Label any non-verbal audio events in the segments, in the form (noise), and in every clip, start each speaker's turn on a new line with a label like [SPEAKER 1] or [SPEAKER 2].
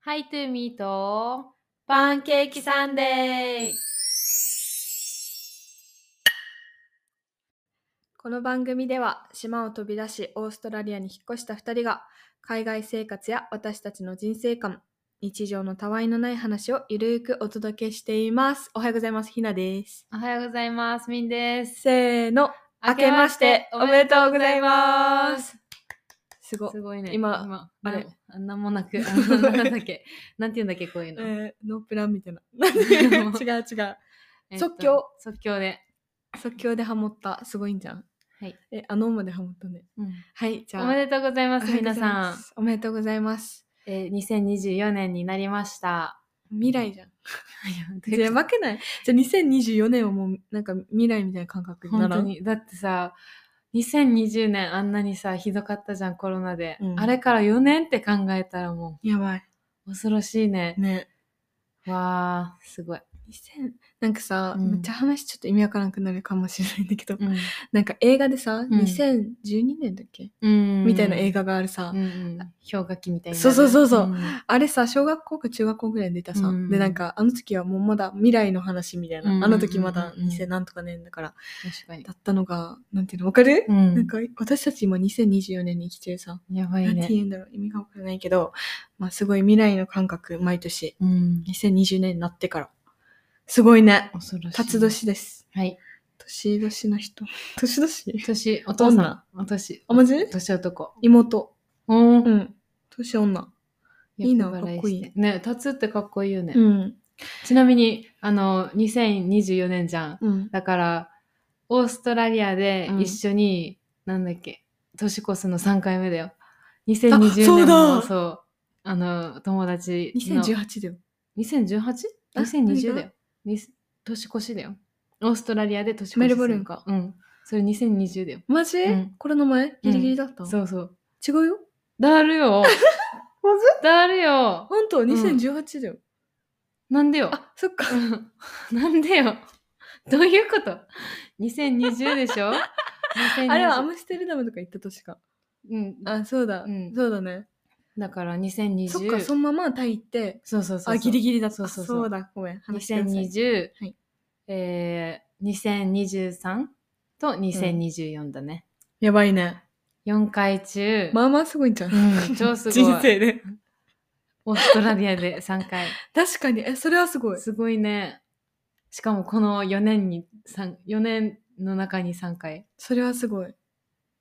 [SPEAKER 1] ハイトゥーミーとパンケーキサンデー
[SPEAKER 2] この番組では島を飛び出しオーストラリアに引っ越した2人が海外生活や私たちの人生観日常のたわいのない話をゆるーくお届けしていますおはようございますひなです
[SPEAKER 1] おはようございます。みんです。。
[SPEAKER 2] せーの明けましておめでとうございますすご
[SPEAKER 1] すごいね。
[SPEAKER 2] 今
[SPEAKER 1] あ
[SPEAKER 2] あれ
[SPEAKER 1] れなんもな
[SPEAKER 2] (laughs)
[SPEAKER 1] く、あのなんだっけ、なんて言うんだっけ、こういうの。
[SPEAKER 2] えー、ノープランみたいな (laughs) 違う違う
[SPEAKER 1] えっと
[SPEAKER 2] 即興。
[SPEAKER 1] 即興で。
[SPEAKER 2] 即興でハモったすごいんじゃん
[SPEAKER 1] はい。
[SPEAKER 2] えあのまでハモったねはいじゃあ
[SPEAKER 1] おめでとうございます、
[SPEAKER 2] おめでとう
[SPEAKER 1] 皆
[SPEAKER 2] ござい
[SPEAKER 1] さ
[SPEAKER 2] ま
[SPEAKER 1] ん。
[SPEAKER 2] すおめでとうございます
[SPEAKER 1] えー、2024年になりました。
[SPEAKER 2] 未来じゃん
[SPEAKER 1] いや
[SPEAKER 2] じゃあやばくないじゃあ2024年はもうなんか未来みたいな感覚にな
[SPEAKER 1] 本
[SPEAKER 2] ら
[SPEAKER 1] 当
[SPEAKER 2] ん
[SPEAKER 1] に。だってさ、2020年あんなにさ、ひどかったじゃん、コロナで。
[SPEAKER 2] うん
[SPEAKER 1] あれから4年って考えたらも、
[SPEAKER 2] やばいう
[SPEAKER 1] 恐ろしいね。
[SPEAKER 2] ね
[SPEAKER 1] わー、すごい。
[SPEAKER 2] 2000なんかさ、
[SPEAKER 1] うん
[SPEAKER 2] めっちゃ話ちょっと意味わからなくなるかもしれないんだけど、
[SPEAKER 1] うん。
[SPEAKER 2] なんか映画でさ、
[SPEAKER 1] ん
[SPEAKER 2] 2012年だっけ、みたいな映画があるさ、
[SPEAKER 1] うんうん、氷河期みたいな。
[SPEAKER 2] そうそうそうそうんあれさ小学校か中学校ぐらいに出たさ、
[SPEAKER 1] うん
[SPEAKER 2] でなんかあの時はもうまだ未来の話みたいな、
[SPEAKER 1] うん
[SPEAKER 2] あの時まだ
[SPEAKER 1] うんうん
[SPEAKER 2] 2000なんとか年だから、
[SPEAKER 1] 確かに
[SPEAKER 2] だ。ったのがなんていうのわかる、
[SPEAKER 1] うん
[SPEAKER 2] なんか私たち今2024年に生きてるさ、
[SPEAKER 1] やばい
[SPEAKER 2] なんて
[SPEAKER 1] ね。
[SPEAKER 2] 言うんだろう意味がわからないけど、まあ、すごい未来の感覚毎年
[SPEAKER 1] うん。
[SPEAKER 2] 2020年になってから。すごいね。
[SPEAKER 1] 恐ろしい。
[SPEAKER 2] 辰。年です。
[SPEAKER 1] はい。
[SPEAKER 2] 年年の人。年年
[SPEAKER 1] 年、お父さん
[SPEAKER 2] 女。
[SPEAKER 1] お年。
[SPEAKER 2] あ、まじ
[SPEAKER 1] 年男。
[SPEAKER 2] 妹。
[SPEAKER 1] お
[SPEAKER 2] う
[SPEAKER 1] ー。
[SPEAKER 2] ん。年女。いいな
[SPEAKER 1] 厄払
[SPEAKER 2] かっこいい
[SPEAKER 1] してね、タツってかっこいいよね。
[SPEAKER 2] うん。
[SPEAKER 1] ちなみに、あの、2024年じゃん。
[SPEAKER 2] うん。
[SPEAKER 1] だから、オーストラリアで一緒に、なんだっけ、年越すの3回目だよ。2020
[SPEAKER 2] そう
[SPEAKER 1] 年
[SPEAKER 2] だ
[SPEAKER 1] もそう、あの、友達の。
[SPEAKER 2] 2018だよ。あ
[SPEAKER 1] 2018?2020 だ
[SPEAKER 2] 何
[SPEAKER 1] よ。に年越しだよ。オーストラリアで年越しする
[SPEAKER 2] メルボルンか。
[SPEAKER 1] うん。それ2020だよ。
[SPEAKER 2] マジ、
[SPEAKER 1] うん
[SPEAKER 2] これの前ギリギリだった、
[SPEAKER 1] そうそう。
[SPEAKER 2] 違うよ。
[SPEAKER 1] だる (laughs) よ。
[SPEAKER 2] マジ
[SPEAKER 1] だるよ。
[SPEAKER 2] ほんと、2018だよ。
[SPEAKER 1] なんでよ。
[SPEAKER 2] あ、そっか。
[SPEAKER 1] うん (laughs) なんでよ。どういうこと ?2020 でしょ2020
[SPEAKER 2] (laughs) あれはアムステルダムとか行った年か。
[SPEAKER 1] うん、
[SPEAKER 2] あ、そうだ。
[SPEAKER 1] うん
[SPEAKER 2] そうだね。
[SPEAKER 1] だから2020
[SPEAKER 2] そっか、そのままタイ行って。
[SPEAKER 1] そうそうそう
[SPEAKER 2] あ、ギリギリだった。
[SPEAKER 1] そうそう
[SPEAKER 2] そ
[SPEAKER 1] そうう
[SPEAKER 2] だ。ごめん。話してください
[SPEAKER 1] 2020、
[SPEAKER 2] はい
[SPEAKER 1] えー、2023と2024だね、
[SPEAKER 2] やばいね。
[SPEAKER 1] 四4回中、
[SPEAKER 2] まあまあすごいんちゃう、
[SPEAKER 1] うん、超すごい
[SPEAKER 2] 人生で。
[SPEAKER 1] オーストラリアで3回
[SPEAKER 2] (laughs) 確かに。え、それはすごい。
[SPEAKER 1] すごいねしかもこの4年に三4年の中に3回
[SPEAKER 2] それはすごい。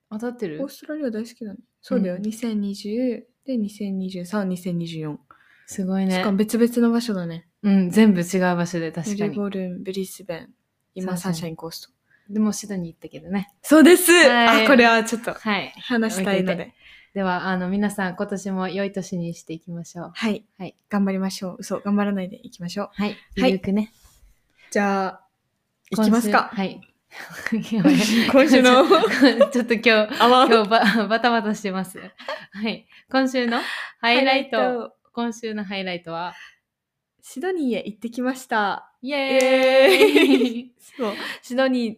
[SPEAKER 1] 当たってる
[SPEAKER 2] オーストラリア大好きだね。そうだよ。
[SPEAKER 1] うん
[SPEAKER 2] 2020で2023、2024。
[SPEAKER 1] すごい
[SPEAKER 2] し
[SPEAKER 1] ね
[SPEAKER 2] かも別々の場所だね。
[SPEAKER 1] うん全部違う場所で確か
[SPEAKER 2] メル
[SPEAKER 1] に
[SPEAKER 2] ボルン、ブリスベン、今
[SPEAKER 1] そ
[SPEAKER 2] サ
[SPEAKER 1] うそう
[SPEAKER 2] ンシャインコースト。
[SPEAKER 1] でもシドニー行ったけどね
[SPEAKER 2] そうです、
[SPEAKER 1] はい
[SPEAKER 2] あ、これはちょっと
[SPEAKER 1] はい
[SPEAKER 2] 話したいの
[SPEAKER 1] 置い
[SPEAKER 2] で。
[SPEAKER 1] ではあの皆さん今年も良い年にしていきましょう
[SPEAKER 2] はい。
[SPEAKER 1] はい
[SPEAKER 2] 頑張りましょう。嘘、頑張らないでいきましょう。
[SPEAKER 1] はい
[SPEAKER 2] はい
[SPEAKER 1] ゆるくね
[SPEAKER 2] じゃあ、いきます
[SPEAKER 1] (laughs)
[SPEAKER 2] か。
[SPEAKER 1] はい。
[SPEAKER 2] 今週の
[SPEAKER 1] ちょっと今日、
[SPEAKER 2] あわ
[SPEAKER 1] 今日ババタバタしてます。はい。今週のハイライト。今週のハイライトは、
[SPEAKER 2] シドニーへ行ってきました。
[SPEAKER 1] イ
[SPEAKER 2] イ
[SPEAKER 1] エ
[SPEAKER 2] エ
[SPEAKER 1] ー
[SPEAKER 2] ーイ
[SPEAKER 1] イ
[SPEAKER 2] (laughs) そう、シドニー、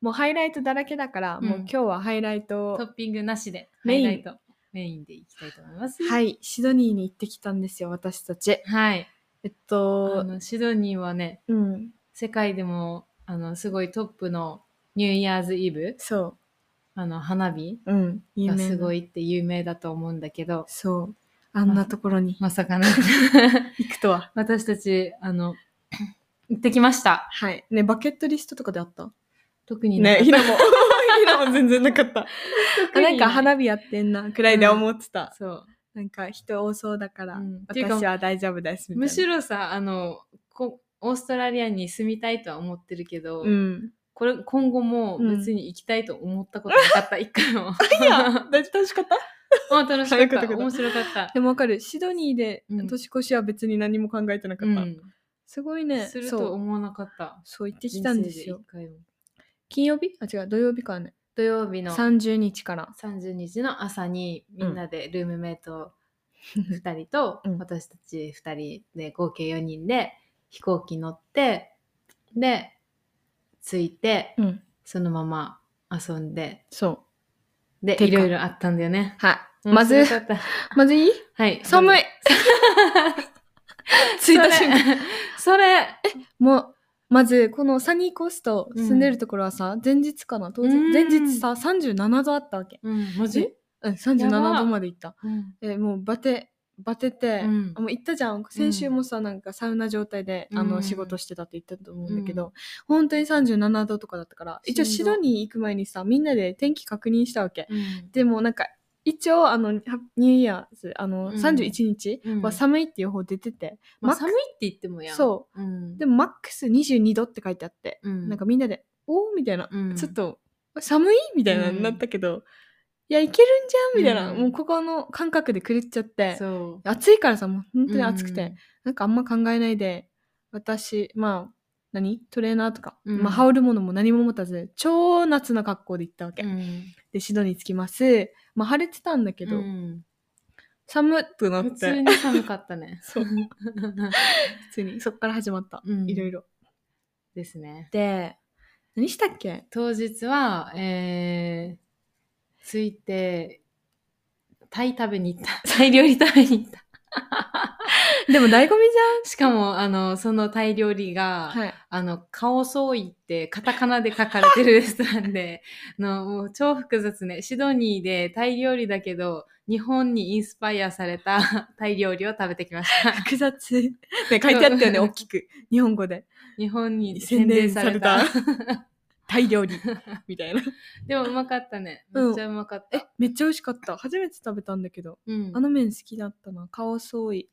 [SPEAKER 2] もうハイライトだらけだから、もう今日はハイライト
[SPEAKER 1] (laughs) ト
[SPEAKER 2] を
[SPEAKER 1] ッピングなしで、ハ
[SPEAKER 2] メ
[SPEAKER 1] イ
[SPEAKER 2] イン
[SPEAKER 1] ライト、メインでいきたいと思います。
[SPEAKER 2] はい、シドニーに行ってきたんですよ、私たち。
[SPEAKER 1] はい。
[SPEAKER 2] えっ
[SPEAKER 1] あ
[SPEAKER 2] と、
[SPEAKER 1] のシドニーはね、
[SPEAKER 2] うん、
[SPEAKER 1] 世界でも、あの、すごいトップのニューイヤーズイブ、
[SPEAKER 2] そ
[SPEAKER 1] あの、花火
[SPEAKER 2] う、うん、有
[SPEAKER 1] が
[SPEAKER 2] 名な
[SPEAKER 1] すごいって有名だと思うんだけど、
[SPEAKER 2] そう、あんなところに
[SPEAKER 1] まさかね、
[SPEAKER 2] 行くとは。
[SPEAKER 1] (laughs) 私たち、あの、行ってきました。
[SPEAKER 2] はい。ね、バケットリストとかであった
[SPEAKER 1] 特に
[SPEAKER 2] ね、ひなも。 (laughs) ひなも全然なかった。あなんか
[SPEAKER 1] 花
[SPEAKER 2] 花火やってんな、くらいで思ってた。
[SPEAKER 1] そう、
[SPEAKER 2] なんか人多そうだから、
[SPEAKER 1] うんていうか
[SPEAKER 2] 私は大丈夫です、みたいな。
[SPEAKER 1] むしろさあのこオーストラリアに住みたいとは思ってるけど、
[SPEAKER 2] うん。
[SPEAKER 1] これ今後も
[SPEAKER 2] うん
[SPEAKER 1] 別に行きたいと思ったことなかった、一回も (laughs)
[SPEAKER 2] いや、大楽しかった
[SPEAKER 1] あ楽しかっ
[SPEAKER 2] よか
[SPEAKER 1] た
[SPEAKER 2] ったよかった
[SPEAKER 1] 面白かった
[SPEAKER 2] でもわかる。シドニーで
[SPEAKER 1] うん
[SPEAKER 2] 年越しは別に何も考えてなか
[SPEAKER 1] う
[SPEAKER 2] った。
[SPEAKER 1] ん、
[SPEAKER 2] すごいね。
[SPEAKER 1] する
[SPEAKER 2] そ
[SPEAKER 1] と
[SPEAKER 2] う。
[SPEAKER 1] 思わなかった
[SPEAKER 2] そう言ってきたんですよ
[SPEAKER 1] 人。生で一回も
[SPEAKER 2] 金曜日あ、違う、土曜日からね。
[SPEAKER 1] 土曜日の
[SPEAKER 2] 30日から。
[SPEAKER 1] 30日の朝にみんなでルームメイト2人と、
[SPEAKER 2] うん
[SPEAKER 1] 私たち2人で合計4人で飛行機乗ってで着いて
[SPEAKER 2] うん。
[SPEAKER 1] そのまま遊んで
[SPEAKER 2] そ
[SPEAKER 1] で、
[SPEAKER 2] て
[SPEAKER 1] い
[SPEAKER 2] か
[SPEAKER 1] ろいろあったんだよね。
[SPEAKER 2] はい。
[SPEAKER 1] うん
[SPEAKER 2] まず
[SPEAKER 1] 面白かった (laughs)
[SPEAKER 2] まずいい
[SPEAKER 1] はい。
[SPEAKER 2] 寒い。着いた瞬間。
[SPEAKER 1] 間。それ、
[SPEAKER 2] (laughs) もう、まず、このサニーコースト住んでるところはさ、前日かな当日、
[SPEAKER 1] うん
[SPEAKER 2] 前日さ、37度あったわけ。
[SPEAKER 1] うん、マ
[SPEAKER 2] ジ
[SPEAKER 1] ジ
[SPEAKER 2] うん、37
[SPEAKER 1] やば
[SPEAKER 2] 度まで行った。
[SPEAKER 1] うん。
[SPEAKER 2] え、もう、バテ、バテて、あもう行ったじゃん。先週もさ、なんかサウナ状態で、あ
[SPEAKER 1] う
[SPEAKER 2] の、
[SPEAKER 1] ん
[SPEAKER 2] 仕事してたって言ったと思うんだけ
[SPEAKER 1] う
[SPEAKER 2] ど、本当に37度とかだったから、一応
[SPEAKER 1] し
[SPEAKER 2] シ
[SPEAKER 1] んど
[SPEAKER 2] ドニー行く前にさ、みんなで天気確認したわけ。
[SPEAKER 1] うん。
[SPEAKER 2] でもなんか、一応、あの、ハッニューイヤーズ、あの、
[SPEAKER 1] うん
[SPEAKER 2] 31日
[SPEAKER 1] うん
[SPEAKER 2] は寒いっていう方出てて、
[SPEAKER 1] まあ、
[SPEAKER 2] マック
[SPEAKER 1] 寒いって言ってもやん。。
[SPEAKER 2] そう
[SPEAKER 1] ん。
[SPEAKER 2] う。でも、マックス22度って書いてあって、
[SPEAKER 1] うん、
[SPEAKER 2] なんかみんなで、おーみたいな、
[SPEAKER 1] うん
[SPEAKER 2] ちょっと、寒いみたいな
[SPEAKER 1] うん
[SPEAKER 2] なったけど、いや、いけるんじゃんみたいな、
[SPEAKER 1] うん
[SPEAKER 2] もうここの感覚で狂っちゃって、
[SPEAKER 1] そう。
[SPEAKER 2] 暑いからさ、もう本当に暑くて、なんかあんま考えないで、私、まあ、何トレーナーとか、
[SPEAKER 1] うん
[SPEAKER 2] まあ、羽織るものも何も持たず、超夏の格好で行ったわけ。
[SPEAKER 1] うん。うん。
[SPEAKER 2] で、シドニー着きます。まあ、晴れてたんだけ
[SPEAKER 1] け
[SPEAKER 2] ど、寒っとなっ
[SPEAKER 1] 普
[SPEAKER 2] て、。
[SPEAKER 1] 通に寒かったね (laughs)
[SPEAKER 2] そう、普通に、そっから始まった。
[SPEAKER 1] うん
[SPEAKER 2] いろいろ。
[SPEAKER 1] ですね。
[SPEAKER 2] で、何したっけ
[SPEAKER 1] 当日は、えー、着いて、タイ食べに行った。 (laughs) タイ料理食べに行った。
[SPEAKER 2] でも、醍醐味
[SPEAKER 1] しかも、あの、そのタイ料理が、
[SPEAKER 2] じゃん。はい。
[SPEAKER 1] あの、カオソーイってカタカナで書かれてるレストランで、 (laughs) あの、もう超複雑ね。シドニーでタイ料理だけど、日本にインスパイアされた (laughs) タイ料理を食べてきました。 (laughs)
[SPEAKER 2] 複雑。ね、書いてあったよね、
[SPEAKER 1] うん
[SPEAKER 2] 大きく。日本語で。
[SPEAKER 1] 日本に
[SPEAKER 2] 洗
[SPEAKER 1] 洗
[SPEAKER 2] 練
[SPEAKER 1] 練
[SPEAKER 2] さ
[SPEAKER 1] さ
[SPEAKER 2] れ
[SPEAKER 1] れ
[SPEAKER 2] た
[SPEAKER 1] た。
[SPEAKER 2] タイ料理。みたいな。
[SPEAKER 1] (laughs) でもうまかったね。
[SPEAKER 2] (laughs) うん
[SPEAKER 1] めっちゃうまかった。
[SPEAKER 2] (laughs) え、めっちゃ美味しかった。初めて食べたんだけど。
[SPEAKER 1] うん
[SPEAKER 2] あの麺好きだったな。顔そうい。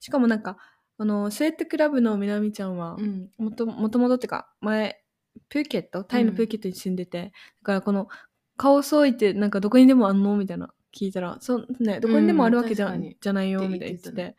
[SPEAKER 2] しかもなんか、あの、スウェットクラブのみなみちゃんは
[SPEAKER 1] う、ん。
[SPEAKER 2] もともともとってか、前、プーケットタイのプーケットに住んでて、だからこの、顔そういってなんかどこにでもあんのみたいな聞いたら、そうね、どこにでもあるわけじゃ,、
[SPEAKER 1] うん確かに
[SPEAKER 2] じゃないよ、みたいな言ってて。
[SPEAKER 1] うん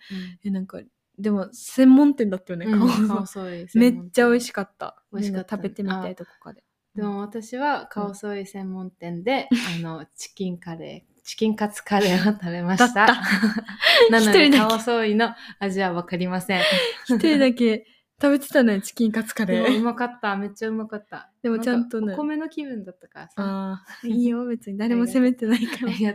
[SPEAKER 2] え、なんか、でも、専門店だったよね、
[SPEAKER 1] うん
[SPEAKER 2] 顔
[SPEAKER 1] カ
[SPEAKER 2] そ
[SPEAKER 1] オソーイ
[SPEAKER 2] う。めっちゃ美
[SPEAKER 1] しい。
[SPEAKER 2] 味しかった。
[SPEAKER 1] 美味しかった
[SPEAKER 2] なん食べてみたいとこかで。
[SPEAKER 1] でも私はカオソーイ専門店で、あの、チキンカレー、チキンカツカレーを食べました。
[SPEAKER 2] だった
[SPEAKER 1] (laughs) なの
[SPEAKER 2] 一人だけ
[SPEAKER 1] で、カオソーイの味はわかりません。
[SPEAKER 2] 一人だけ食べてたね、チキンカツカ
[SPEAKER 1] で
[SPEAKER 2] レ
[SPEAKER 1] もう
[SPEAKER 2] ー。
[SPEAKER 1] まかった。めっちゃうまかった。
[SPEAKER 2] でもちゃんとね
[SPEAKER 1] なかお米の気分だったからさ。
[SPEAKER 2] ああ、いいよ、別に誰も責めてないか
[SPEAKER 1] あ
[SPEAKER 2] ら。
[SPEAKER 1] りが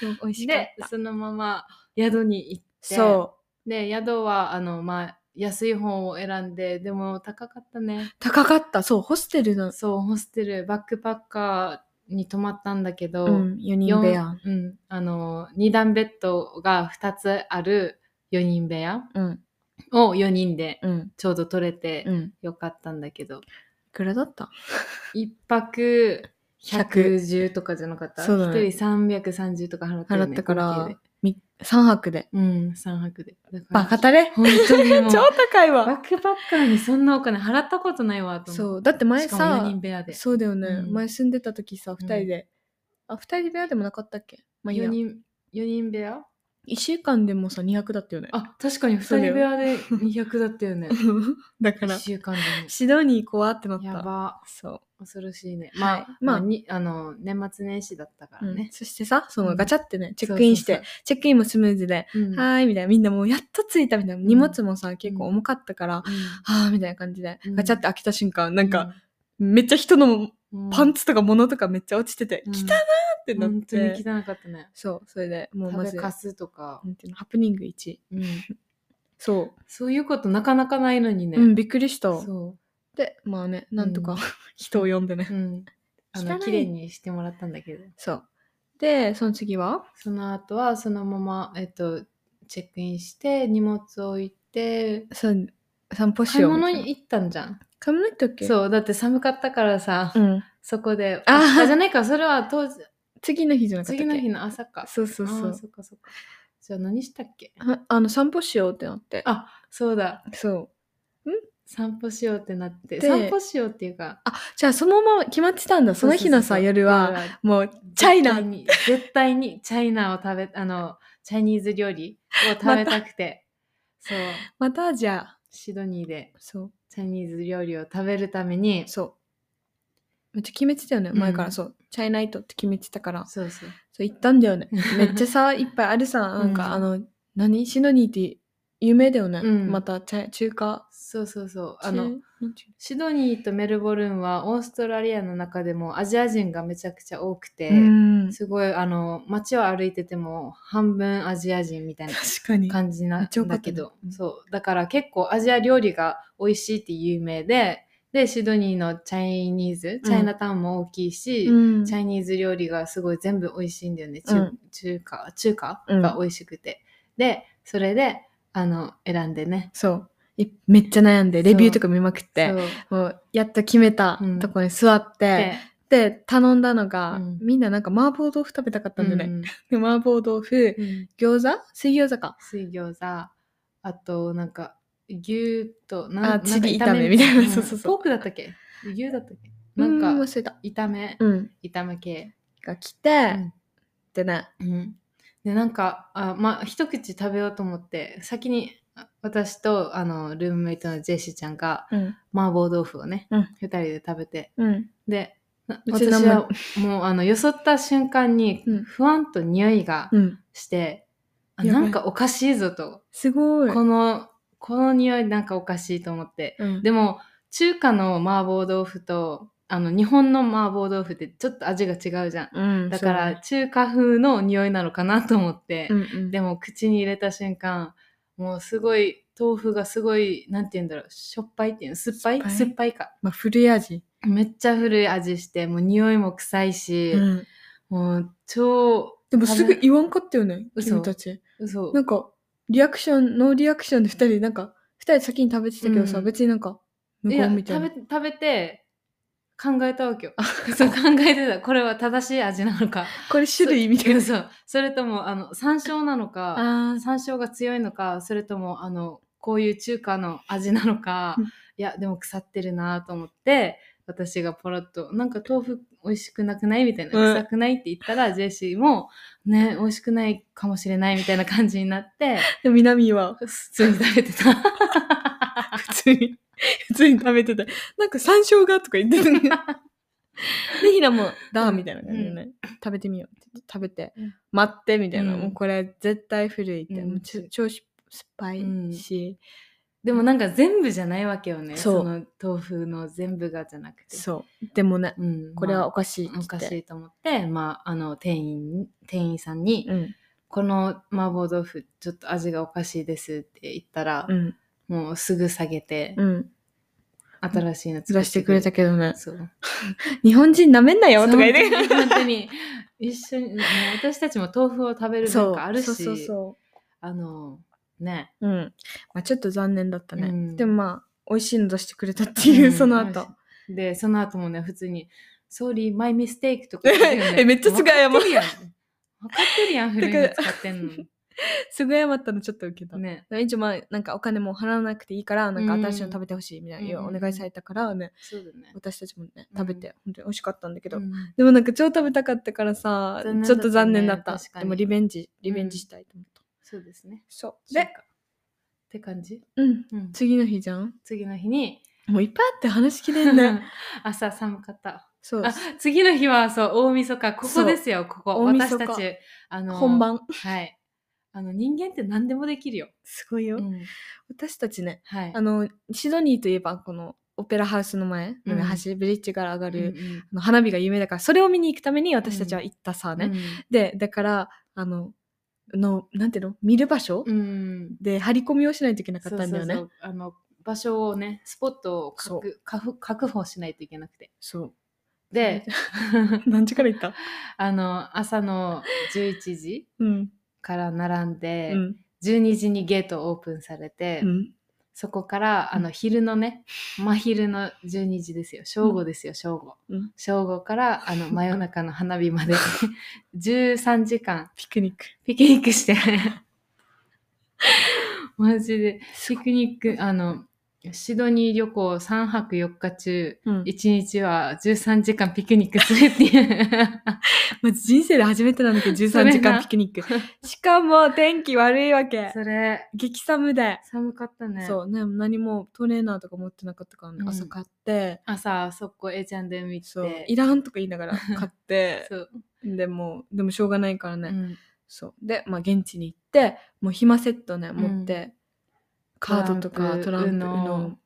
[SPEAKER 1] と
[SPEAKER 2] でも美味
[SPEAKER 1] う。
[SPEAKER 2] しかっ
[SPEAKER 1] で
[SPEAKER 2] た、。
[SPEAKER 1] そのまま宿に行って。。
[SPEAKER 2] そう
[SPEAKER 1] で、宿は、あの、まあ、安い方を選んで、でも高かったね
[SPEAKER 2] う。。高かった。そう、ホステルの、
[SPEAKER 1] そう、ホステル、バックパッカーに泊まったんだけど、
[SPEAKER 2] うん、4人
[SPEAKER 1] 四
[SPEAKER 2] 部屋。
[SPEAKER 1] うん。あの、2段ベッドが2つある4人部屋
[SPEAKER 2] うん、
[SPEAKER 1] を4人で
[SPEAKER 2] うん、
[SPEAKER 1] ちょうど取れて
[SPEAKER 2] うん。い
[SPEAKER 1] よかったんだけど、
[SPEAKER 2] くらだった
[SPEAKER 1] 一泊
[SPEAKER 2] 100
[SPEAKER 1] 110とかじゃなかった
[SPEAKER 2] そうだね
[SPEAKER 1] 一人330とか払ったよ
[SPEAKER 2] 払
[SPEAKER 1] ね、
[SPEAKER 2] ったから
[SPEAKER 1] 合計で、
[SPEAKER 2] み3泊で。
[SPEAKER 1] うん、3泊で。だから
[SPEAKER 2] バカタレ
[SPEAKER 1] 本当にも
[SPEAKER 2] (laughs)
[SPEAKER 1] う、
[SPEAKER 2] 超高い
[SPEAKER 1] バッ
[SPEAKER 2] わ。
[SPEAKER 1] クパッカーにそんなお金払ったことないわ、と思
[SPEAKER 2] そう、だって
[SPEAKER 1] う。
[SPEAKER 2] 前
[SPEAKER 1] しかも4
[SPEAKER 2] さ
[SPEAKER 1] 人、部屋で。
[SPEAKER 2] そうだよね、
[SPEAKER 1] うん
[SPEAKER 2] 前住んでた時さ、2人で。あ、2人部屋でもなかったっけまあいい
[SPEAKER 1] 4
[SPEAKER 2] や。
[SPEAKER 1] 人、4人部屋
[SPEAKER 2] 1週間でもさ、200だったよね。
[SPEAKER 1] あ、確かに2人
[SPEAKER 2] そうだよ
[SPEAKER 1] 部屋で200だったよね。
[SPEAKER 2] (laughs) だか
[SPEAKER 1] 1
[SPEAKER 2] ら、
[SPEAKER 1] 週間で
[SPEAKER 2] (laughs)
[SPEAKER 1] ね。
[SPEAKER 2] シドニー行こうわってなった。
[SPEAKER 1] やば。
[SPEAKER 2] そう。
[SPEAKER 1] 恐ろしいね。ま
[SPEAKER 2] ま
[SPEAKER 1] あ、
[SPEAKER 2] あ、
[SPEAKER 1] ま
[SPEAKER 2] ま
[SPEAKER 1] あ、
[SPEAKER 2] あ、
[SPEAKER 1] にあの年末年始だったから
[SPEAKER 2] うん
[SPEAKER 1] ね。
[SPEAKER 2] そしてさ、そのガチャってね、チェッ
[SPEAKER 1] そうそうそう
[SPEAKER 2] クインして、、チェックインもスムーズで、
[SPEAKER 1] うん
[SPEAKER 2] はーい、みたいな、みんなもうやっと着いたみたいな、荷物もさ、結構重かったから、はーみたいな感じで、
[SPEAKER 1] うん
[SPEAKER 2] ガチャって開けた瞬間、なんか、、めっちゃ人の
[SPEAKER 1] うん
[SPEAKER 2] パンツとか物とかめっちゃ落ちてて、
[SPEAKER 1] うん
[SPEAKER 2] 汚なーってなっ
[SPEAKER 1] 本当に
[SPEAKER 2] て、
[SPEAKER 1] 汚かったね。
[SPEAKER 2] そう、それでもうま
[SPEAKER 1] 食
[SPEAKER 2] ず、
[SPEAKER 1] べ
[SPEAKER 2] な
[SPEAKER 1] か
[SPEAKER 2] ん
[SPEAKER 1] すとか、
[SPEAKER 2] ていうの、ハプニング1。
[SPEAKER 1] うん
[SPEAKER 2] そ
[SPEAKER 1] そういうことなかなかないのに
[SPEAKER 2] う、
[SPEAKER 1] ね。
[SPEAKER 2] うん、びっくりした。
[SPEAKER 1] そ
[SPEAKER 2] で、まあね、なんとか、
[SPEAKER 1] うん
[SPEAKER 2] (laughs) 人を呼んでね
[SPEAKER 1] う。。うん。あ
[SPEAKER 2] 汚
[SPEAKER 1] の、
[SPEAKER 2] い
[SPEAKER 1] 綺麗にしてもらったんだけど。
[SPEAKER 2] そう。で、その次は
[SPEAKER 1] その後は、そのまま、えっと、チェックインして、荷物置いて、
[SPEAKER 2] そう散歩し
[SPEAKER 1] 買い
[SPEAKER 2] ようみ
[SPEAKER 1] 物
[SPEAKER 2] たいな。
[SPEAKER 1] に行ったんじゃん。
[SPEAKER 2] 買い物行ったっけう。
[SPEAKER 1] そう、だって寒かったからさ、
[SPEAKER 2] うん。
[SPEAKER 1] そこで、
[SPEAKER 2] あ
[SPEAKER 1] あ、じゃないか、それは当時、
[SPEAKER 2] 次の日じゃなかったっけ
[SPEAKER 1] 次の日の朝か。
[SPEAKER 2] そうそうそ
[SPEAKER 1] ああ
[SPEAKER 2] う。
[SPEAKER 1] そっかそっか。じゃあ何したっけ
[SPEAKER 2] ああの、散歩しようってなって。
[SPEAKER 1] あそうだ。
[SPEAKER 2] そう。
[SPEAKER 1] 散歩しようってなって。
[SPEAKER 2] で
[SPEAKER 1] 散歩しようっていうか。
[SPEAKER 2] あ、じゃあそのまま決まってたんだ。その日
[SPEAKER 1] そうそ
[SPEAKER 2] の
[SPEAKER 1] う
[SPEAKER 2] さ、
[SPEAKER 1] そう
[SPEAKER 2] 夜は、、もう、チャイ
[SPEAKER 1] 絶対
[SPEAKER 2] ナ
[SPEAKER 1] に、絶対にチャイナを食べ、あの、チャイニーズ料理を食べたくて。そう。
[SPEAKER 2] またじゃあ、
[SPEAKER 1] シドニーで
[SPEAKER 2] そう、
[SPEAKER 1] チャイニーズ料理を食べるために。
[SPEAKER 2] そう。めっちゃ決めてたよね、前か
[SPEAKER 1] う
[SPEAKER 2] ら。
[SPEAKER 1] ん
[SPEAKER 2] そう、チャイナイトって決めてたから、
[SPEAKER 1] そうそう。。
[SPEAKER 2] そう、行ったんだよね
[SPEAKER 1] (laughs)
[SPEAKER 2] めっちゃさ、いっぱいあるさ、なんか、
[SPEAKER 1] うん
[SPEAKER 2] あの、何シドニーって、夢だよね、
[SPEAKER 1] うん
[SPEAKER 2] またちゃ中華
[SPEAKER 1] そうそうそう。あの、
[SPEAKER 2] 中なんていう
[SPEAKER 1] シドニーとメルボルンはオーストラリアの中でもアジア人がめちゃくちゃ多くて、
[SPEAKER 2] のうん
[SPEAKER 1] すごいあの街を歩いてても半分アジア人みたいな
[SPEAKER 2] 確かに
[SPEAKER 1] 感じな
[SPEAKER 2] めっちゃ多
[SPEAKER 1] ん
[SPEAKER 2] かっ
[SPEAKER 1] だ
[SPEAKER 2] た
[SPEAKER 1] け
[SPEAKER 2] ね
[SPEAKER 1] ど、
[SPEAKER 2] うん
[SPEAKER 1] そうだから結構アジア料理が美味しいって有名ででシドニーのチャイニーズチャイナタウンも大きいし、
[SPEAKER 2] うん
[SPEAKER 1] チャイニーズ料理がすごい全部美味しいんだよね中,、
[SPEAKER 2] うん
[SPEAKER 1] 中華中華
[SPEAKER 2] うん
[SPEAKER 1] が美味しくて、でそれであの選んでね
[SPEAKER 2] そういめっちゃ悩んでレビューとか見まくっ
[SPEAKER 1] そ
[SPEAKER 2] て
[SPEAKER 1] う
[SPEAKER 2] もうやっと決めた
[SPEAKER 1] うん
[SPEAKER 2] とこに座って、
[SPEAKER 1] で
[SPEAKER 2] で頼んだのが、
[SPEAKER 1] うん
[SPEAKER 2] みんななんか麻婆豆腐食べたかったんだよね、
[SPEAKER 1] うん
[SPEAKER 2] で麻婆豆腐
[SPEAKER 1] うん
[SPEAKER 2] 餃子水餃子か
[SPEAKER 1] 水餃子あとなんか牛となん
[SPEAKER 2] あ
[SPEAKER 1] なんか
[SPEAKER 2] チリ炒めみたいな
[SPEAKER 1] うん
[SPEAKER 2] そうそうそう
[SPEAKER 1] ポークだったっけ牛だったっけなん
[SPEAKER 2] う
[SPEAKER 1] か
[SPEAKER 2] 忘れた
[SPEAKER 1] 炒め
[SPEAKER 2] うん
[SPEAKER 1] 炒め系、
[SPEAKER 2] が来て、でね
[SPEAKER 1] うんでなんかあまあ一口食べようと思って先にあ私とあのルームメイトのジェシーちゃんが
[SPEAKER 2] うん
[SPEAKER 1] 麻婆豆腐をね、
[SPEAKER 2] うん
[SPEAKER 1] 二人で食べて
[SPEAKER 2] うん
[SPEAKER 1] でな
[SPEAKER 2] うち
[SPEAKER 1] 私
[SPEAKER 2] の
[SPEAKER 1] はもうあのよそった瞬間に
[SPEAKER 2] うん
[SPEAKER 1] ふわんと匂いが
[SPEAKER 2] うん
[SPEAKER 1] して、あ
[SPEAKER 2] やば
[SPEAKER 1] ないんかおかしいぞと
[SPEAKER 2] すごい
[SPEAKER 1] この、この匂いなんかおかしいと思って。
[SPEAKER 2] うん
[SPEAKER 1] でも、中華の麻婆豆腐と、あの、日本の麻婆豆腐ってちょっと味が違うじゃん。
[SPEAKER 2] うん
[SPEAKER 1] だか
[SPEAKER 2] そう
[SPEAKER 1] ら、
[SPEAKER 2] ね
[SPEAKER 1] 中華風の匂いなのかなと思って。
[SPEAKER 2] うんうん
[SPEAKER 1] でも、口に入れた瞬間、もうすごい、豆腐がすごい、なんて言うんだろう、しょっぱいっていうの酸っぱい
[SPEAKER 2] 酸っぱい
[SPEAKER 1] 酸っぱいか。
[SPEAKER 2] まあ、古い味、
[SPEAKER 1] めっちゃ古い味して、もう匂いも臭いし、
[SPEAKER 2] うん
[SPEAKER 1] もう超、
[SPEAKER 2] でもす
[SPEAKER 1] 食べ
[SPEAKER 2] ぐ言わんかったよね
[SPEAKER 1] 嘘
[SPEAKER 2] 君たち
[SPEAKER 1] 嘘
[SPEAKER 2] なんかリアクションノーリアクションで2人なんか2人先に食べてたけどさ、
[SPEAKER 1] うん
[SPEAKER 2] 別になんか向
[SPEAKER 1] い
[SPEAKER 2] こ
[SPEAKER 1] や
[SPEAKER 2] うみたい
[SPEAKER 1] 食べ
[SPEAKER 2] な
[SPEAKER 1] 食べて考えたわけよ。 (laughs) そう考えてたこれは正しい味なのか
[SPEAKER 2] これ種類みたいな
[SPEAKER 1] そそうそれともあの山椒なのか
[SPEAKER 2] (laughs) あ
[SPEAKER 1] 山椒が強いのかそれともあのこういう中華の味なのか、
[SPEAKER 2] うん
[SPEAKER 1] いやでも腐ってるなと思って私がポロッと「なんか豆腐美味しくなくない?」みたいな「
[SPEAKER 2] うん
[SPEAKER 1] 臭くない?」って言ったら、ジェシーも「ね美味しくないかもしれない」みたいな感じになって
[SPEAKER 2] で南は
[SPEAKER 1] 普通に食べて
[SPEAKER 2] (laughs)
[SPEAKER 1] た。
[SPEAKER 2] 普通に、普通に食べてて、なんか山椒がとか言っ
[SPEAKER 1] (laughs)
[SPEAKER 2] てたね。で、ひなも、だ
[SPEAKER 1] うん
[SPEAKER 2] みたいな感じでね、食べてみようって言って食べて、
[SPEAKER 1] うん
[SPEAKER 2] 待ってみたいな、
[SPEAKER 1] うん
[SPEAKER 2] もうこれ絶対古いって、
[SPEAKER 1] うん
[SPEAKER 2] もうちょ超し酸っぱいし、
[SPEAKER 1] でもなんか全部じゃないわけよね。
[SPEAKER 2] そう
[SPEAKER 1] その豆腐の全部がじゃなくて。
[SPEAKER 2] そう。でもね、
[SPEAKER 1] うん、
[SPEAKER 2] これは
[SPEAKER 1] ま
[SPEAKER 2] おかしいって
[SPEAKER 1] あ
[SPEAKER 2] 言
[SPEAKER 1] お
[SPEAKER 2] って。
[SPEAKER 1] かしいと思って、まあ、あの、店員、店員さんに、
[SPEAKER 2] うん。
[SPEAKER 1] この麻婆豆腐、ちょっと味がおかしいですって言ったら
[SPEAKER 2] う、ん。
[SPEAKER 1] もうすぐ下げて、
[SPEAKER 2] うん。
[SPEAKER 1] 新しいの
[SPEAKER 2] ずらしてくれた
[SPEAKER 1] け
[SPEAKER 2] けどね
[SPEAKER 1] ど。、そう。
[SPEAKER 2] 日本人なめんなよとか言って。
[SPEAKER 1] 本当に本当に、一緒に、もう私たちも豆腐を食べる文化あるし、
[SPEAKER 2] そうそうそ
[SPEAKER 1] あの、ね。
[SPEAKER 2] う。うん。まあちょっと残念だったね。
[SPEAKER 1] うん
[SPEAKER 2] でもまあ、美味しいの出してくれたっていう、
[SPEAKER 1] うん
[SPEAKER 2] その後。。
[SPEAKER 1] で、その後もね、普通に、Sorry, my mistake とか言うよね
[SPEAKER 2] (laughs) えめっちゃすぐ謝る
[SPEAKER 1] 分かってるやん。分かってるやん、古い
[SPEAKER 2] (laughs) だ
[SPEAKER 1] の
[SPEAKER 2] か
[SPEAKER 1] 使ってん
[SPEAKER 2] すごい謝ったのちょっと受けた。
[SPEAKER 1] の。ね。
[SPEAKER 2] 一応まあなんかお金も払わなくていいからなんか新しいの食べてほしいみたいな、
[SPEAKER 1] うん
[SPEAKER 2] お願いされたからね
[SPEAKER 1] そうだね。
[SPEAKER 2] 私たちもね
[SPEAKER 1] うん
[SPEAKER 2] 食べて本当に美味しかったんだけど、
[SPEAKER 1] うん
[SPEAKER 2] でもなんか超食べたかったからさ、
[SPEAKER 1] 残念だったね
[SPEAKER 2] ちょっと残念だった
[SPEAKER 1] 確か
[SPEAKER 2] で
[SPEAKER 1] に
[SPEAKER 2] もリベンジリベンジしたいと思った、
[SPEAKER 1] そうですね。
[SPEAKER 2] そう
[SPEAKER 1] で、っ
[SPEAKER 2] で、
[SPEAKER 1] て感じ。
[SPEAKER 2] うん、
[SPEAKER 1] うん、
[SPEAKER 2] 次の日じゃん
[SPEAKER 1] 次の日に、
[SPEAKER 2] もういっぱいあって話しきれんね
[SPEAKER 1] (laughs) 朝寒かった。
[SPEAKER 2] (laughs) そう
[SPEAKER 1] あ、次の日は、そう、大晦日、こ
[SPEAKER 2] そ
[SPEAKER 1] こ
[SPEAKER 2] う
[SPEAKER 1] ですよ、ここ。
[SPEAKER 2] 大晦
[SPEAKER 1] 私
[SPEAKER 2] 日
[SPEAKER 1] たち、あの、
[SPEAKER 2] 本。番
[SPEAKER 1] はい。あの、人間って何でもできるよ。
[SPEAKER 2] すごいよ、
[SPEAKER 1] うん
[SPEAKER 2] 私たちね
[SPEAKER 1] はい。
[SPEAKER 2] あのシドニーといえばこのオペラハウスの前、
[SPEAKER 1] うん
[SPEAKER 2] 橋ブリッジから上がる、
[SPEAKER 1] うんうん
[SPEAKER 2] あの花火が有名だからそれを見に行くために私たちは行ったさね、で、だから、あの、の、なんていうの見る場所、
[SPEAKER 1] うんうん。
[SPEAKER 2] で、張り込みをしないといけなかったんだよね。
[SPEAKER 1] そうそうそうあの場所をねスポットを
[SPEAKER 2] そ
[SPEAKER 1] 確確確保しないといけなくて
[SPEAKER 2] そう
[SPEAKER 1] で
[SPEAKER 2] 何時から行った
[SPEAKER 1] (laughs) あの朝の11時
[SPEAKER 2] うん。
[SPEAKER 1] から並ん
[SPEAKER 2] う
[SPEAKER 1] で、
[SPEAKER 2] ん。
[SPEAKER 1] 12時にゲートオープンされて、
[SPEAKER 2] うん。
[SPEAKER 1] そこからあの昼のね真昼の12時ですよ正午ですよ正午
[SPEAKER 2] うん
[SPEAKER 1] 正午からあの真夜中の花火まで (laughs) 13時間
[SPEAKER 2] ピクニック。
[SPEAKER 1] ピクニックして (laughs) マジでピクニックあのシドニー旅行3泊4日中
[SPEAKER 2] うん。
[SPEAKER 1] 1日は13時間ピクニックするって
[SPEAKER 2] (laughs)
[SPEAKER 1] いう。
[SPEAKER 2] まず人生で初めてなんだけど、
[SPEAKER 1] そ
[SPEAKER 2] 13
[SPEAKER 1] れ
[SPEAKER 2] 時間
[SPEAKER 1] な
[SPEAKER 2] ピ
[SPEAKER 1] (laughs)
[SPEAKER 2] クニック。しかも、天気悪いわけ
[SPEAKER 1] そ。れ、
[SPEAKER 2] 激寒で。
[SPEAKER 1] 寒かったね。
[SPEAKER 2] そうね、何もトレーナーとか持ってなかったからね、
[SPEAKER 1] うん
[SPEAKER 2] 朝買って、
[SPEAKER 1] 朝、速攻 A ちゃんで見て。
[SPEAKER 2] そう、いらんとか言いながら買って、
[SPEAKER 1] (laughs) そう
[SPEAKER 2] でもう、でもしょうがないからね、
[SPEAKER 1] うん
[SPEAKER 2] そう。で、まあ、現地に行って、もう暇セットね、
[SPEAKER 1] ん
[SPEAKER 2] 持って、カードとかト
[SPEAKER 1] ト
[SPEAKER 2] ラ
[SPEAKER 1] ラ
[SPEAKER 2] ン
[SPEAKER 1] ン
[SPEAKER 2] プ
[SPEAKER 1] プ
[SPEAKER 2] の。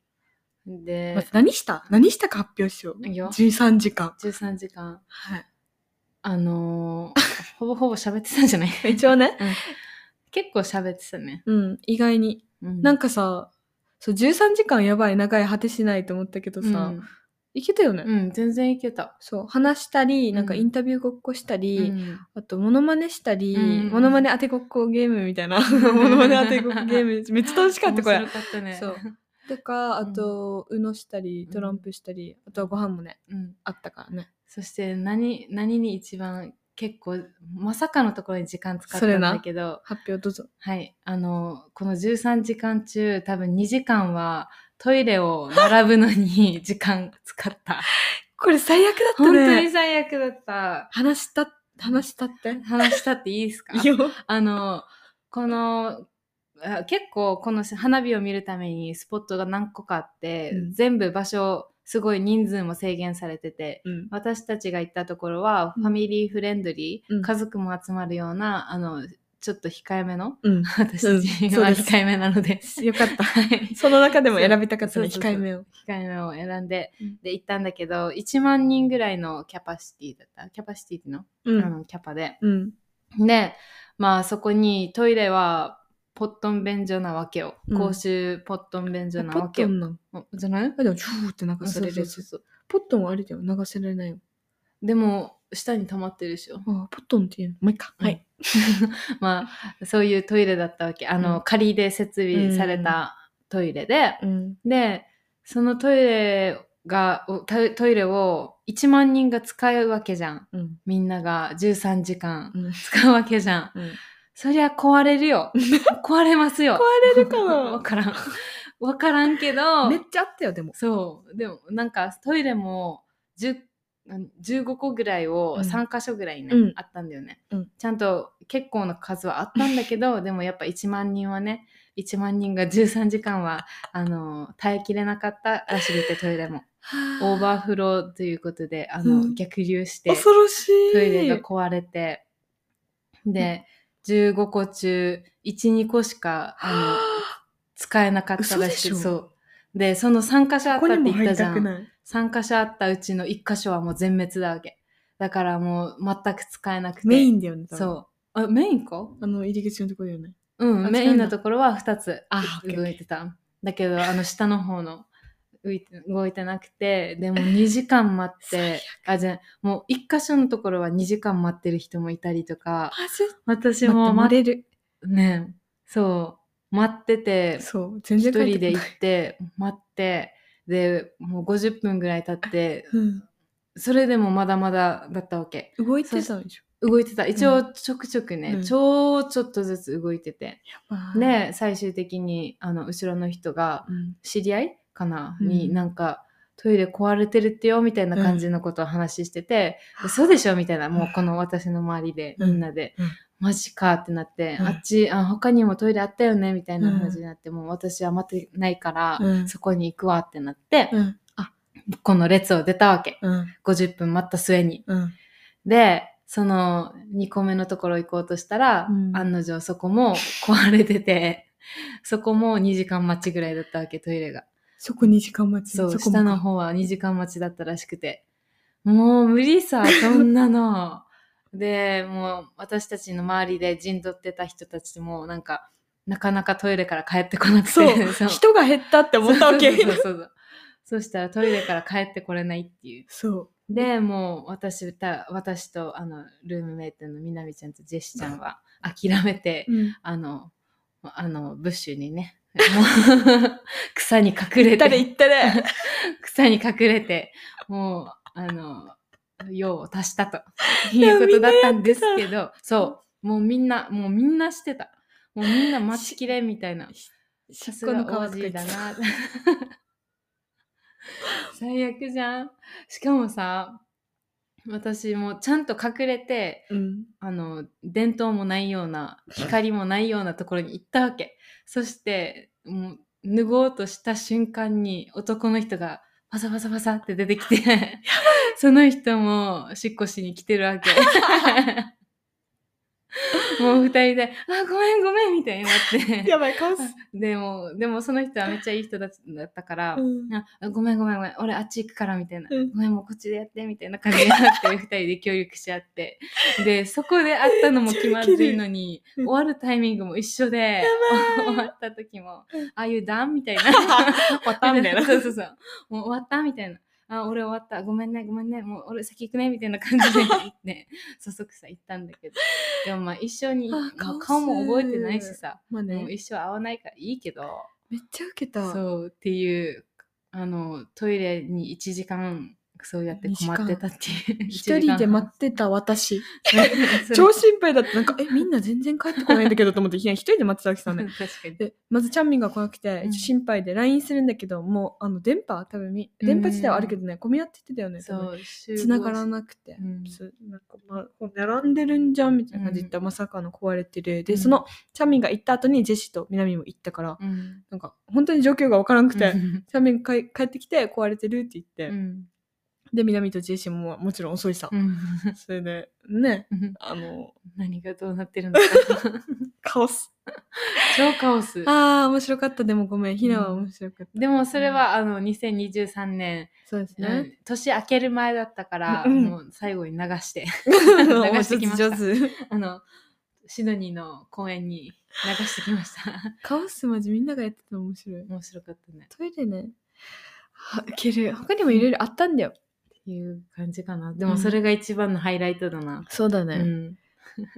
[SPEAKER 1] で
[SPEAKER 2] まず、何した何したか発表しよう。
[SPEAKER 1] いいよ
[SPEAKER 2] 13時間。
[SPEAKER 1] 13時間、
[SPEAKER 2] はい。
[SPEAKER 1] (laughs) あのーほぼほぼ喋ってたんじゃない (laughs)
[SPEAKER 2] 一応ね。
[SPEAKER 1] 結構喋ってたね。
[SPEAKER 2] うん、意外に。
[SPEAKER 1] うん
[SPEAKER 2] なんかさ、そう、13時間やばい長い果てしないと思ったけどさ、いけたよね。
[SPEAKER 1] うん、うん全然いけた。
[SPEAKER 2] そう、話したり、
[SPEAKER 1] うん
[SPEAKER 2] なんかインタビューごっこしたり、
[SPEAKER 1] うん
[SPEAKER 2] あと、モノマネしたり、
[SPEAKER 1] うん
[SPEAKER 2] モノマネ当てごっこゲームみた
[SPEAKER 1] (laughs)
[SPEAKER 2] いな。モノマネ当てごっこゲーム、めっちゃ楽しかった、これ
[SPEAKER 1] 面。白かったね。 (laughs)
[SPEAKER 2] そう。とか、あと、うのしたり、
[SPEAKER 1] うん
[SPEAKER 2] トランプしたり、あとはご飯もね、
[SPEAKER 1] うん、
[SPEAKER 2] あったからね。
[SPEAKER 1] そして何、何に一番結構、まさかのところに時間使った
[SPEAKER 2] それ
[SPEAKER 1] ん
[SPEAKER 2] な
[SPEAKER 1] だけど、
[SPEAKER 2] 発表どうぞ。
[SPEAKER 1] はい。あの、この13時間中、多分2時間はトイレを並ぶのに時間使
[SPEAKER 2] (laughs)
[SPEAKER 1] った。
[SPEAKER 2] これ最悪だったね。
[SPEAKER 1] 本当に最悪だった。
[SPEAKER 2] 話した、話したって。
[SPEAKER 1] 話したってい (laughs) いですか
[SPEAKER 2] いいよ。
[SPEAKER 1] あの、この、あ結構この花火を見るためにスポットが何個かあって、
[SPEAKER 2] うん
[SPEAKER 1] 全部場所、すごい人数も制限されてて、
[SPEAKER 2] うん。
[SPEAKER 1] 私たちが行ったところはフ
[SPEAKER 2] うん
[SPEAKER 1] ァミリーフレンドリー、
[SPEAKER 2] うん
[SPEAKER 1] 家族も集まるような、あの、ちょっと控えめの、
[SPEAKER 2] うん。
[SPEAKER 1] 私たちは
[SPEAKER 2] そうです
[SPEAKER 1] 控えめなの
[SPEAKER 2] (laughs)
[SPEAKER 1] で、
[SPEAKER 2] よか
[SPEAKER 1] (laughs)
[SPEAKER 2] った。
[SPEAKER 1] はい
[SPEAKER 2] その中でも選びたかったね、
[SPEAKER 1] そう
[SPEAKER 2] 控えめを。
[SPEAKER 1] 機械のを選んで、
[SPEAKER 2] うん
[SPEAKER 1] で行ったんだけど1万人ぐらいのキャパシティだったキャパシティっていうの、
[SPEAKER 2] う
[SPEAKER 1] あ
[SPEAKER 2] ん。
[SPEAKER 1] のキャパで
[SPEAKER 2] うん。
[SPEAKER 1] でまあそこにトイレはポットン便所なわけよ、
[SPEAKER 2] うん
[SPEAKER 1] 公衆ポットン便所な
[SPEAKER 2] ポ
[SPEAKER 1] わ
[SPEAKER 2] ッ
[SPEAKER 1] け
[SPEAKER 2] ト
[SPEAKER 1] よ
[SPEAKER 2] ンなん。
[SPEAKER 1] おじゃない
[SPEAKER 2] あ、でも、ジューって流されるや
[SPEAKER 1] そうそう
[SPEAKER 2] つ。
[SPEAKER 1] そう
[SPEAKER 2] ポットンはあれだよ。流せられないよ。
[SPEAKER 1] でも下に溜まってるでしょ (laughs)
[SPEAKER 2] ああ、ポットンっていうの。もういいか。
[SPEAKER 1] うん。まあそういうトイレだったわけあの、
[SPEAKER 2] うん
[SPEAKER 1] 仮で設備されたトイレで、
[SPEAKER 2] うん。
[SPEAKER 1] でそのトイレがおトイトイレを1万人が使うわけじゃん
[SPEAKER 2] うん。
[SPEAKER 1] みんなが13時間
[SPEAKER 2] うん
[SPEAKER 1] 使うわけじゃん。
[SPEAKER 2] うん
[SPEAKER 1] そりゃ壊れる
[SPEAKER 2] (laughs)
[SPEAKER 1] よ。壊れますよ。
[SPEAKER 2] 壊れるかな
[SPEAKER 1] わからん。わからんけど
[SPEAKER 2] (laughs) め、っちゃあったよ、でも。
[SPEAKER 1] そう。でもなんかトイレも10 15個ぐらいを
[SPEAKER 2] うん
[SPEAKER 1] 3箇所ぐらいね、
[SPEAKER 2] うん
[SPEAKER 1] あったんだよね、
[SPEAKER 2] うん
[SPEAKER 1] ちゃんと結構な数はあったんだけ
[SPEAKER 2] (laughs)
[SPEAKER 1] ど、でもやっぱ1万人はね、1万人が13時間は、あの、耐えきれなかったらしくてトイレ
[SPEAKER 2] (laughs)
[SPEAKER 1] も。 (sighs) オーバーフローということで、あの、
[SPEAKER 2] うん
[SPEAKER 1] 逆流して。
[SPEAKER 2] 恐ろしい。
[SPEAKER 1] トイレが壊れて、で、15個中、1、2個しか、あの、
[SPEAKER 2] (gasps)
[SPEAKER 1] 使えなかったらしく、
[SPEAKER 2] 嘘でしょ
[SPEAKER 1] そう。で、その3箇所あ
[SPEAKER 2] こ
[SPEAKER 1] った
[SPEAKER 2] こ
[SPEAKER 1] って
[SPEAKER 2] に
[SPEAKER 1] 言
[SPEAKER 2] も
[SPEAKER 1] っ
[SPEAKER 2] 入
[SPEAKER 1] た
[SPEAKER 2] り
[SPEAKER 1] じゃ
[SPEAKER 2] たく
[SPEAKER 1] ん。
[SPEAKER 2] ない。
[SPEAKER 1] 3箇所あったうちの1箇所はもう全滅だわけ。だからもう全く使えなくて。
[SPEAKER 2] メイ
[SPEAKER 1] ン
[SPEAKER 2] ンだよね、多分
[SPEAKER 1] そう。あ、メインか
[SPEAKER 2] あの、入り口のところだよね。
[SPEAKER 1] う
[SPEAKER 2] あ
[SPEAKER 1] ん、メイ
[SPEAKER 2] 違うん
[SPEAKER 1] ン
[SPEAKER 2] だ
[SPEAKER 1] のところは2つ
[SPEAKER 2] あオッケーオッケー
[SPEAKER 1] 動いてた。だけど、あの、下の方の、浮いて動いてなくて、でも2時間待って、あ、じゃあもう1箇所のところは2時間待ってる人もいたりとか、
[SPEAKER 2] マジ
[SPEAKER 1] 私
[SPEAKER 2] で
[SPEAKER 1] も
[SPEAKER 2] も、待
[SPEAKER 1] 待っ
[SPEAKER 2] って漏れる。
[SPEAKER 1] ね、そう、待ってて、
[SPEAKER 2] そう、全
[SPEAKER 1] 一
[SPEAKER 2] 然
[SPEAKER 1] 人で
[SPEAKER 2] 帰
[SPEAKER 1] 行
[SPEAKER 2] って
[SPEAKER 1] って、待って、で、もう50分ぐらい経って、
[SPEAKER 2] こない
[SPEAKER 1] それでもまだまだだったわけ。
[SPEAKER 2] うん。動いてたんでしょ。
[SPEAKER 1] 動いてた。一応ちょくちょくね、
[SPEAKER 2] うん
[SPEAKER 1] 超ちょっとずつ動いてて。
[SPEAKER 2] まあ、
[SPEAKER 1] で、最終的に、あの、後ろの人が、
[SPEAKER 2] うん。
[SPEAKER 1] 知り合いかな、
[SPEAKER 2] うん
[SPEAKER 1] になんか、トイレ壊れてるってよ、みたいな感じのことを話してて、そうでしょみたいな、もうこの私の周りで、
[SPEAKER 2] うん
[SPEAKER 1] みんなで、
[SPEAKER 2] うん
[SPEAKER 1] マジかってなって、
[SPEAKER 2] うん
[SPEAKER 1] あっちあ、他にもトイレあったよねみたいな感じになって、もう私は待ってないから、
[SPEAKER 2] うん
[SPEAKER 1] そこに行くわってなって、
[SPEAKER 2] うん。
[SPEAKER 1] この列を出たわけ。
[SPEAKER 2] うん。
[SPEAKER 1] 50分待った末に。
[SPEAKER 2] うん。
[SPEAKER 1] で、その2個目のところ行こうとしたら、
[SPEAKER 2] うん
[SPEAKER 1] 案の定そこも壊れてて、そこも2時間待ちぐらいだったわけ、トイレが。
[SPEAKER 2] そこ2時間待ち。
[SPEAKER 1] そう、
[SPEAKER 2] そこも
[SPEAKER 1] 下の。方は2時間待ちだったらしくて。もう無理さ、そんなの。で、もう私たちの周りで陣取ってた人たちもなんか、なかなかトイレから帰ってこなくて。
[SPEAKER 2] そ
[SPEAKER 1] (laughs)
[SPEAKER 2] う
[SPEAKER 1] そう
[SPEAKER 2] 人が減ったって思ったわけ。
[SPEAKER 1] そうそうそうそう。そしたらトイレから帰ってこれないっていう。
[SPEAKER 2] そう。
[SPEAKER 1] で、もう私た、私とあの、ルームメイトのみなみちゃんとジェシちゃんは諦めて、
[SPEAKER 2] うん。
[SPEAKER 1] あの、あの、ブッシュにね、 (laughs) もう草に隠れ。
[SPEAKER 2] 行ってたで行っ
[SPEAKER 1] (laughs)
[SPEAKER 2] たで。
[SPEAKER 1] 草に隠れて、もう、あの、用を足したということだったんですけど、そう、もうみんな、もうみんなしてた。もうみんな待ちきれみたいな。さす
[SPEAKER 2] こ
[SPEAKER 1] が
[SPEAKER 2] の皮とか
[SPEAKER 1] 王
[SPEAKER 2] 言
[SPEAKER 1] 子
[SPEAKER 2] ってた
[SPEAKER 1] だな。 (laughs) 最悪じゃん。しかもさ、私もちゃんと隠れて、
[SPEAKER 2] うん。
[SPEAKER 1] あの、電灯もないような、光もないようなところに行ったわけ。そして、もう、脱ごうとした瞬間に男の人が、パサパサパサって出てき (laughs) て、 (laughs) その人も、しっこしに来てるわけ。もう二人で、あ、ごめんごめんみたいになって。
[SPEAKER 2] やばい、カオス。
[SPEAKER 1] でも、でもその人はめっちゃいい人だだったから、
[SPEAKER 2] うん
[SPEAKER 1] あごめんごめんごめん、俺あっち行くからみたいな、
[SPEAKER 2] うん
[SPEAKER 1] ごめんもうこっちでやってみたいな感じになって、二人で協力し合って。で、そこで会ったのも気まずいのに、
[SPEAKER 2] うん
[SPEAKER 1] 終わるタイミングも一緒で、終わった時も、
[SPEAKER 2] うん
[SPEAKER 1] ああいう段みたいな。
[SPEAKER 2] 終わったみたいな。
[SPEAKER 1] そうそうそう。もう終わったみたいな。あ、俺終わった。ごめんね、ごめんね。もう俺先行くね。みたいな感じで行って、そそくさ行ったんだけど。でもまあ一緒に、
[SPEAKER 2] あ
[SPEAKER 1] まあ
[SPEAKER 2] 顔
[SPEAKER 1] 顔も
[SPEAKER 2] す
[SPEAKER 1] 覚えてないしさ、
[SPEAKER 2] まあ
[SPEAKER 1] でも
[SPEAKER 2] ね、
[SPEAKER 1] 一生会わないからいいけど、
[SPEAKER 2] めっちゃ受けた。
[SPEAKER 1] そうっていう、あの、トイレに1時間、そうやって困ってたっていう。
[SPEAKER 2] 一人で待ってた私。
[SPEAKER 1] って (laughs)
[SPEAKER 2] 超心配だった。なんか、え、みんな全然帰ってこないんだけどと思って、いや一人で待ってたわけさ
[SPEAKER 1] 確か
[SPEAKER 2] (laughs) ね。
[SPEAKER 1] に。
[SPEAKER 2] で、まずチャンミンが来なくて
[SPEAKER 1] う、ん
[SPEAKER 2] 心配で LINE するんだけど、もう、あの、電波多分み、電波自体はあるけどね、混み合っててたよね。多分
[SPEAKER 1] そう、
[SPEAKER 2] 繋がら
[SPEAKER 1] い。
[SPEAKER 2] なくて。
[SPEAKER 1] うん
[SPEAKER 2] そうなんかまあ、こう並んでるんじゃんみたいな感じで言ったらまさかの壊れてる。で、
[SPEAKER 1] うん
[SPEAKER 2] その、チャンミンが行った後にジェシーとミナミも行ったから、
[SPEAKER 1] うん。
[SPEAKER 2] なんか、本当に状況がわからなくて、
[SPEAKER 1] うん
[SPEAKER 2] チャンミンが帰帰ってきて壊れてるって言って、
[SPEAKER 1] うん。
[SPEAKER 2] で、ミナミとジェシーももちろん遅いさ。
[SPEAKER 1] うん
[SPEAKER 2] それで、ね、
[SPEAKER 1] うん (laughs)
[SPEAKER 2] あの、
[SPEAKER 1] 何がどうなってるんだか。 (laughs)
[SPEAKER 2] カオス。
[SPEAKER 1] 超カオス。
[SPEAKER 2] ああ、面白かった。でもごめん、ひなは面白かった。
[SPEAKER 1] でもそれは、あの2023年、
[SPEAKER 2] そうです
[SPEAKER 1] う
[SPEAKER 2] ね。
[SPEAKER 1] ん年明ける前だったから、
[SPEAKER 2] うん
[SPEAKER 1] もう最後に流して (laughs)
[SPEAKER 2] 面
[SPEAKER 1] 流して
[SPEAKER 2] 白
[SPEAKER 1] きま
[SPEAKER 2] い
[SPEAKER 1] した
[SPEAKER 2] 上手。
[SPEAKER 1] あのシドニーの公園に流してきました
[SPEAKER 2] カオスマジみんながやってたら面白い。
[SPEAKER 1] 面白かったね
[SPEAKER 2] トイレね。あウケる。他にもいろいろあったんだよ。
[SPEAKER 1] っていう感じかなでもそれが一番のハイライトだな、
[SPEAKER 2] そうだ
[SPEAKER 1] うん。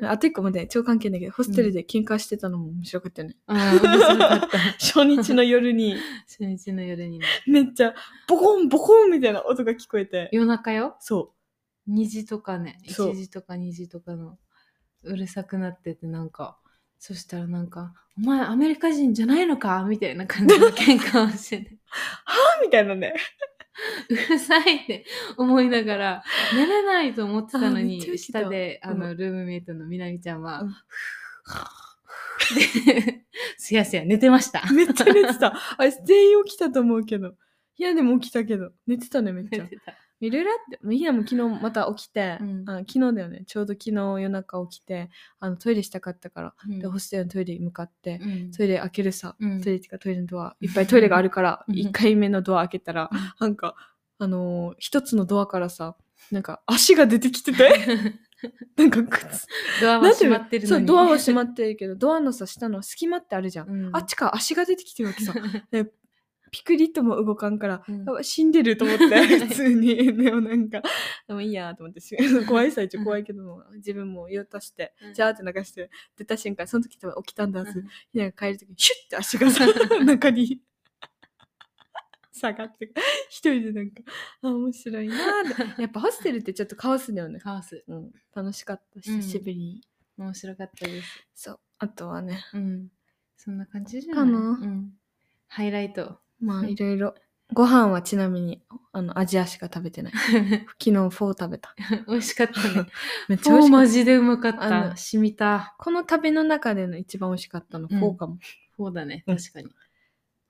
[SPEAKER 2] あと一個まで超関係ないけど、ホステルで喧嘩してたのも面白かったよね。
[SPEAKER 1] あー面白かった
[SPEAKER 2] (laughs) 初日の夜に、
[SPEAKER 1] (laughs) 初日の夜にね
[SPEAKER 2] めっちゃ、ボコンボコンみたいな音が聞こえて。
[SPEAKER 1] 夜中よ
[SPEAKER 2] そ
[SPEAKER 1] 2時とかね
[SPEAKER 2] そう
[SPEAKER 1] 1時とか2時とかのうるさくなっててなんかそしたらなんか「お前アメリカ人じゃないのか?」みたいな感じの喧嘩をして (laughs) て
[SPEAKER 2] う。みたいなね。
[SPEAKER 1] うるさいって思いながら寝れないと思ってたの
[SPEAKER 2] あめっちゃ
[SPEAKER 1] に
[SPEAKER 2] 起きた
[SPEAKER 1] 下であの、
[SPEAKER 2] う
[SPEAKER 1] ルームメイトのみなみちゃんは
[SPEAKER 2] うん
[SPEAKER 1] 「ですやすや寝てました」
[SPEAKER 2] めっちゃ寝てた。 (laughs) あいつ全員起きたと思うけど。ひなでも起きたけど、寝てたね、めっち
[SPEAKER 1] 寝
[SPEAKER 2] ゃ。
[SPEAKER 1] てた
[SPEAKER 2] いろいろあって、もうひなも昨日また起きて、
[SPEAKER 1] うん
[SPEAKER 2] あ昨日だよね、ちょうど昨日夜中起きて、あのトイレしたかったから、
[SPEAKER 1] うん
[SPEAKER 2] で、ホステルのトイレに向かって、
[SPEAKER 1] うん
[SPEAKER 2] トイレ開けるさ、
[SPEAKER 1] うん
[SPEAKER 2] トイレっていうかトイレのドア、いっぱいトイレがあるから、
[SPEAKER 1] うん
[SPEAKER 2] 1回目のドア開けたら、なんか、あのー一つのドアからさ、なんか足が出てきてて、なんか靴。
[SPEAKER 1] (laughs) ドアは閉まってるの
[SPEAKER 2] そう、
[SPEAKER 1] に
[SPEAKER 2] ドアは閉まってるけど、ドアのさ、下の隙間ってあるじゃん。
[SPEAKER 1] うん
[SPEAKER 2] あっちから足が出てきてる
[SPEAKER 1] (laughs)
[SPEAKER 2] わけさ。でピクリとも動かんから、
[SPEAKER 1] うん
[SPEAKER 2] やばい死んでると (laughs) 思って、普通に。でもなんか、でもいいやと思って、し (laughs) 怖いさ、一応怖いけども、自分も言おうとして
[SPEAKER 1] う、ん
[SPEAKER 2] ジャーって流して、出た瞬間、その時多分起きたんだはず。
[SPEAKER 1] う
[SPEAKER 2] ひなが帰るときに、シュッて足がさ、 (laughs) 中に、下がって、一人でなんか、あ、面白いなーって。やっぱホステルってちょっとカオスだよね
[SPEAKER 1] ん。カオス
[SPEAKER 2] うん、楽しかった、久しぶりに。
[SPEAKER 1] 面白かったです
[SPEAKER 2] そう。あとはね、
[SPEAKER 1] うん。そんな感じじゃない
[SPEAKER 2] かな
[SPEAKER 1] うん。ハイライ (laughs) ト。
[SPEAKER 2] まあいろいろ。ご飯はちなみに、あの、アジアしか食べてない。昨日フォー食べた。
[SPEAKER 1] 美味しかったね。
[SPEAKER 2] めっちゃ
[SPEAKER 1] (laughs) 超
[SPEAKER 2] 美味しか
[SPEAKER 1] マ
[SPEAKER 2] った。
[SPEAKER 1] ジでうまかっ
[SPEAKER 2] あの
[SPEAKER 1] た。染みた。
[SPEAKER 2] この旅の中での一番美味しかったの、フ
[SPEAKER 1] うん
[SPEAKER 2] ォーかも。
[SPEAKER 1] そうだね。
[SPEAKER 2] うん
[SPEAKER 1] 確かに。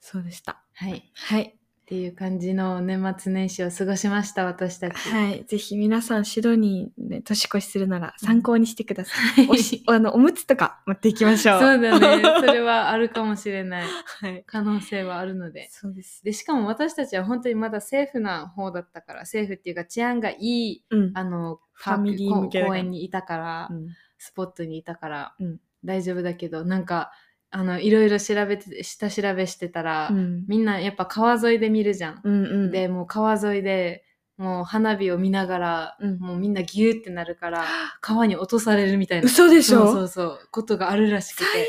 [SPEAKER 2] そうでした。
[SPEAKER 1] はい。
[SPEAKER 2] はい。
[SPEAKER 1] っていう感じの年末年始を過ごしました、私たち。
[SPEAKER 2] はい。ぜひ皆さん、シドニーで年越しするなら参考にしてください。
[SPEAKER 1] はい
[SPEAKER 2] おし、 (laughs) あの、おむつとか持っていきましょう。
[SPEAKER 1] そうだね。それはあるかもしれない。
[SPEAKER 2] はい。
[SPEAKER 1] 可能性はあるので。
[SPEAKER 2] そうです。
[SPEAKER 1] で、しかも私たちは本当にまだセーフな方だったから、セーフっていうか治安がいい、
[SPEAKER 2] うん。
[SPEAKER 1] あの、
[SPEAKER 2] ファミリー
[SPEAKER 1] パク
[SPEAKER 2] 向けだから
[SPEAKER 1] 公園にいたから
[SPEAKER 2] う、ん
[SPEAKER 1] スポットにいたから、
[SPEAKER 2] うん
[SPEAKER 1] 大丈夫だけどなんかあのいろいろ調べて下調べしてたら、
[SPEAKER 2] うん。
[SPEAKER 1] みんなやっぱ川沿いで見るじゃん。
[SPEAKER 2] うんうん。
[SPEAKER 1] でもう川沿いでもう花火を見ながら、
[SPEAKER 2] うん
[SPEAKER 1] もうみんなギューってなるから
[SPEAKER 2] (gasps)
[SPEAKER 1] 川に落とされるみたいな。
[SPEAKER 2] 嘘でしょ
[SPEAKER 1] そうそうそうことがあるらしく
[SPEAKER 2] 最
[SPEAKER 1] て。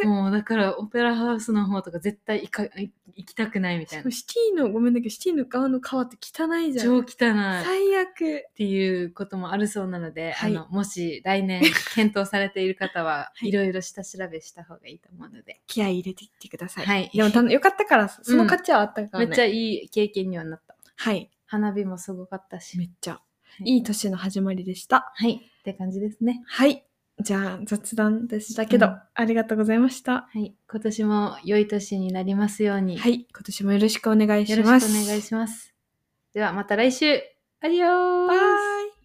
[SPEAKER 2] 悪。
[SPEAKER 1] もうだからオペラハウスの方とか絶対行か行行きたくないみたいな。
[SPEAKER 2] シティの、ごめんだけど、シティの側の川って汚いじゃん。
[SPEAKER 1] 超汚い。
[SPEAKER 2] 最悪。
[SPEAKER 1] っていうこともあるそうなので、
[SPEAKER 2] はい
[SPEAKER 1] あのもし来年検討されている方
[SPEAKER 2] (laughs)
[SPEAKER 1] は、い、ろいろ下調べした方がいいと思うので、
[SPEAKER 2] 気合い入れていってください。
[SPEAKER 1] はい
[SPEAKER 2] でもたの、よかったから、その
[SPEAKER 1] うん
[SPEAKER 2] 価値はあったから
[SPEAKER 1] め
[SPEAKER 2] ね。
[SPEAKER 1] っちゃいい経験にはなった
[SPEAKER 2] はい。
[SPEAKER 1] 花火もすごかった
[SPEAKER 2] め
[SPEAKER 1] し
[SPEAKER 2] っちゃ。
[SPEAKER 1] い
[SPEAKER 2] いい年の始まりでした。
[SPEAKER 1] はいって感じですね
[SPEAKER 2] はい。じゃあ、雑談でしたけど、
[SPEAKER 1] うん
[SPEAKER 2] ありがとうございました。
[SPEAKER 1] はい今年も良い年になりますように、
[SPEAKER 2] はい。今年もよろしくお願いし
[SPEAKER 1] よ
[SPEAKER 2] ま
[SPEAKER 1] ろ
[SPEAKER 2] す。
[SPEAKER 1] しくお願いしますではまた来週アディオース
[SPEAKER 2] バイ。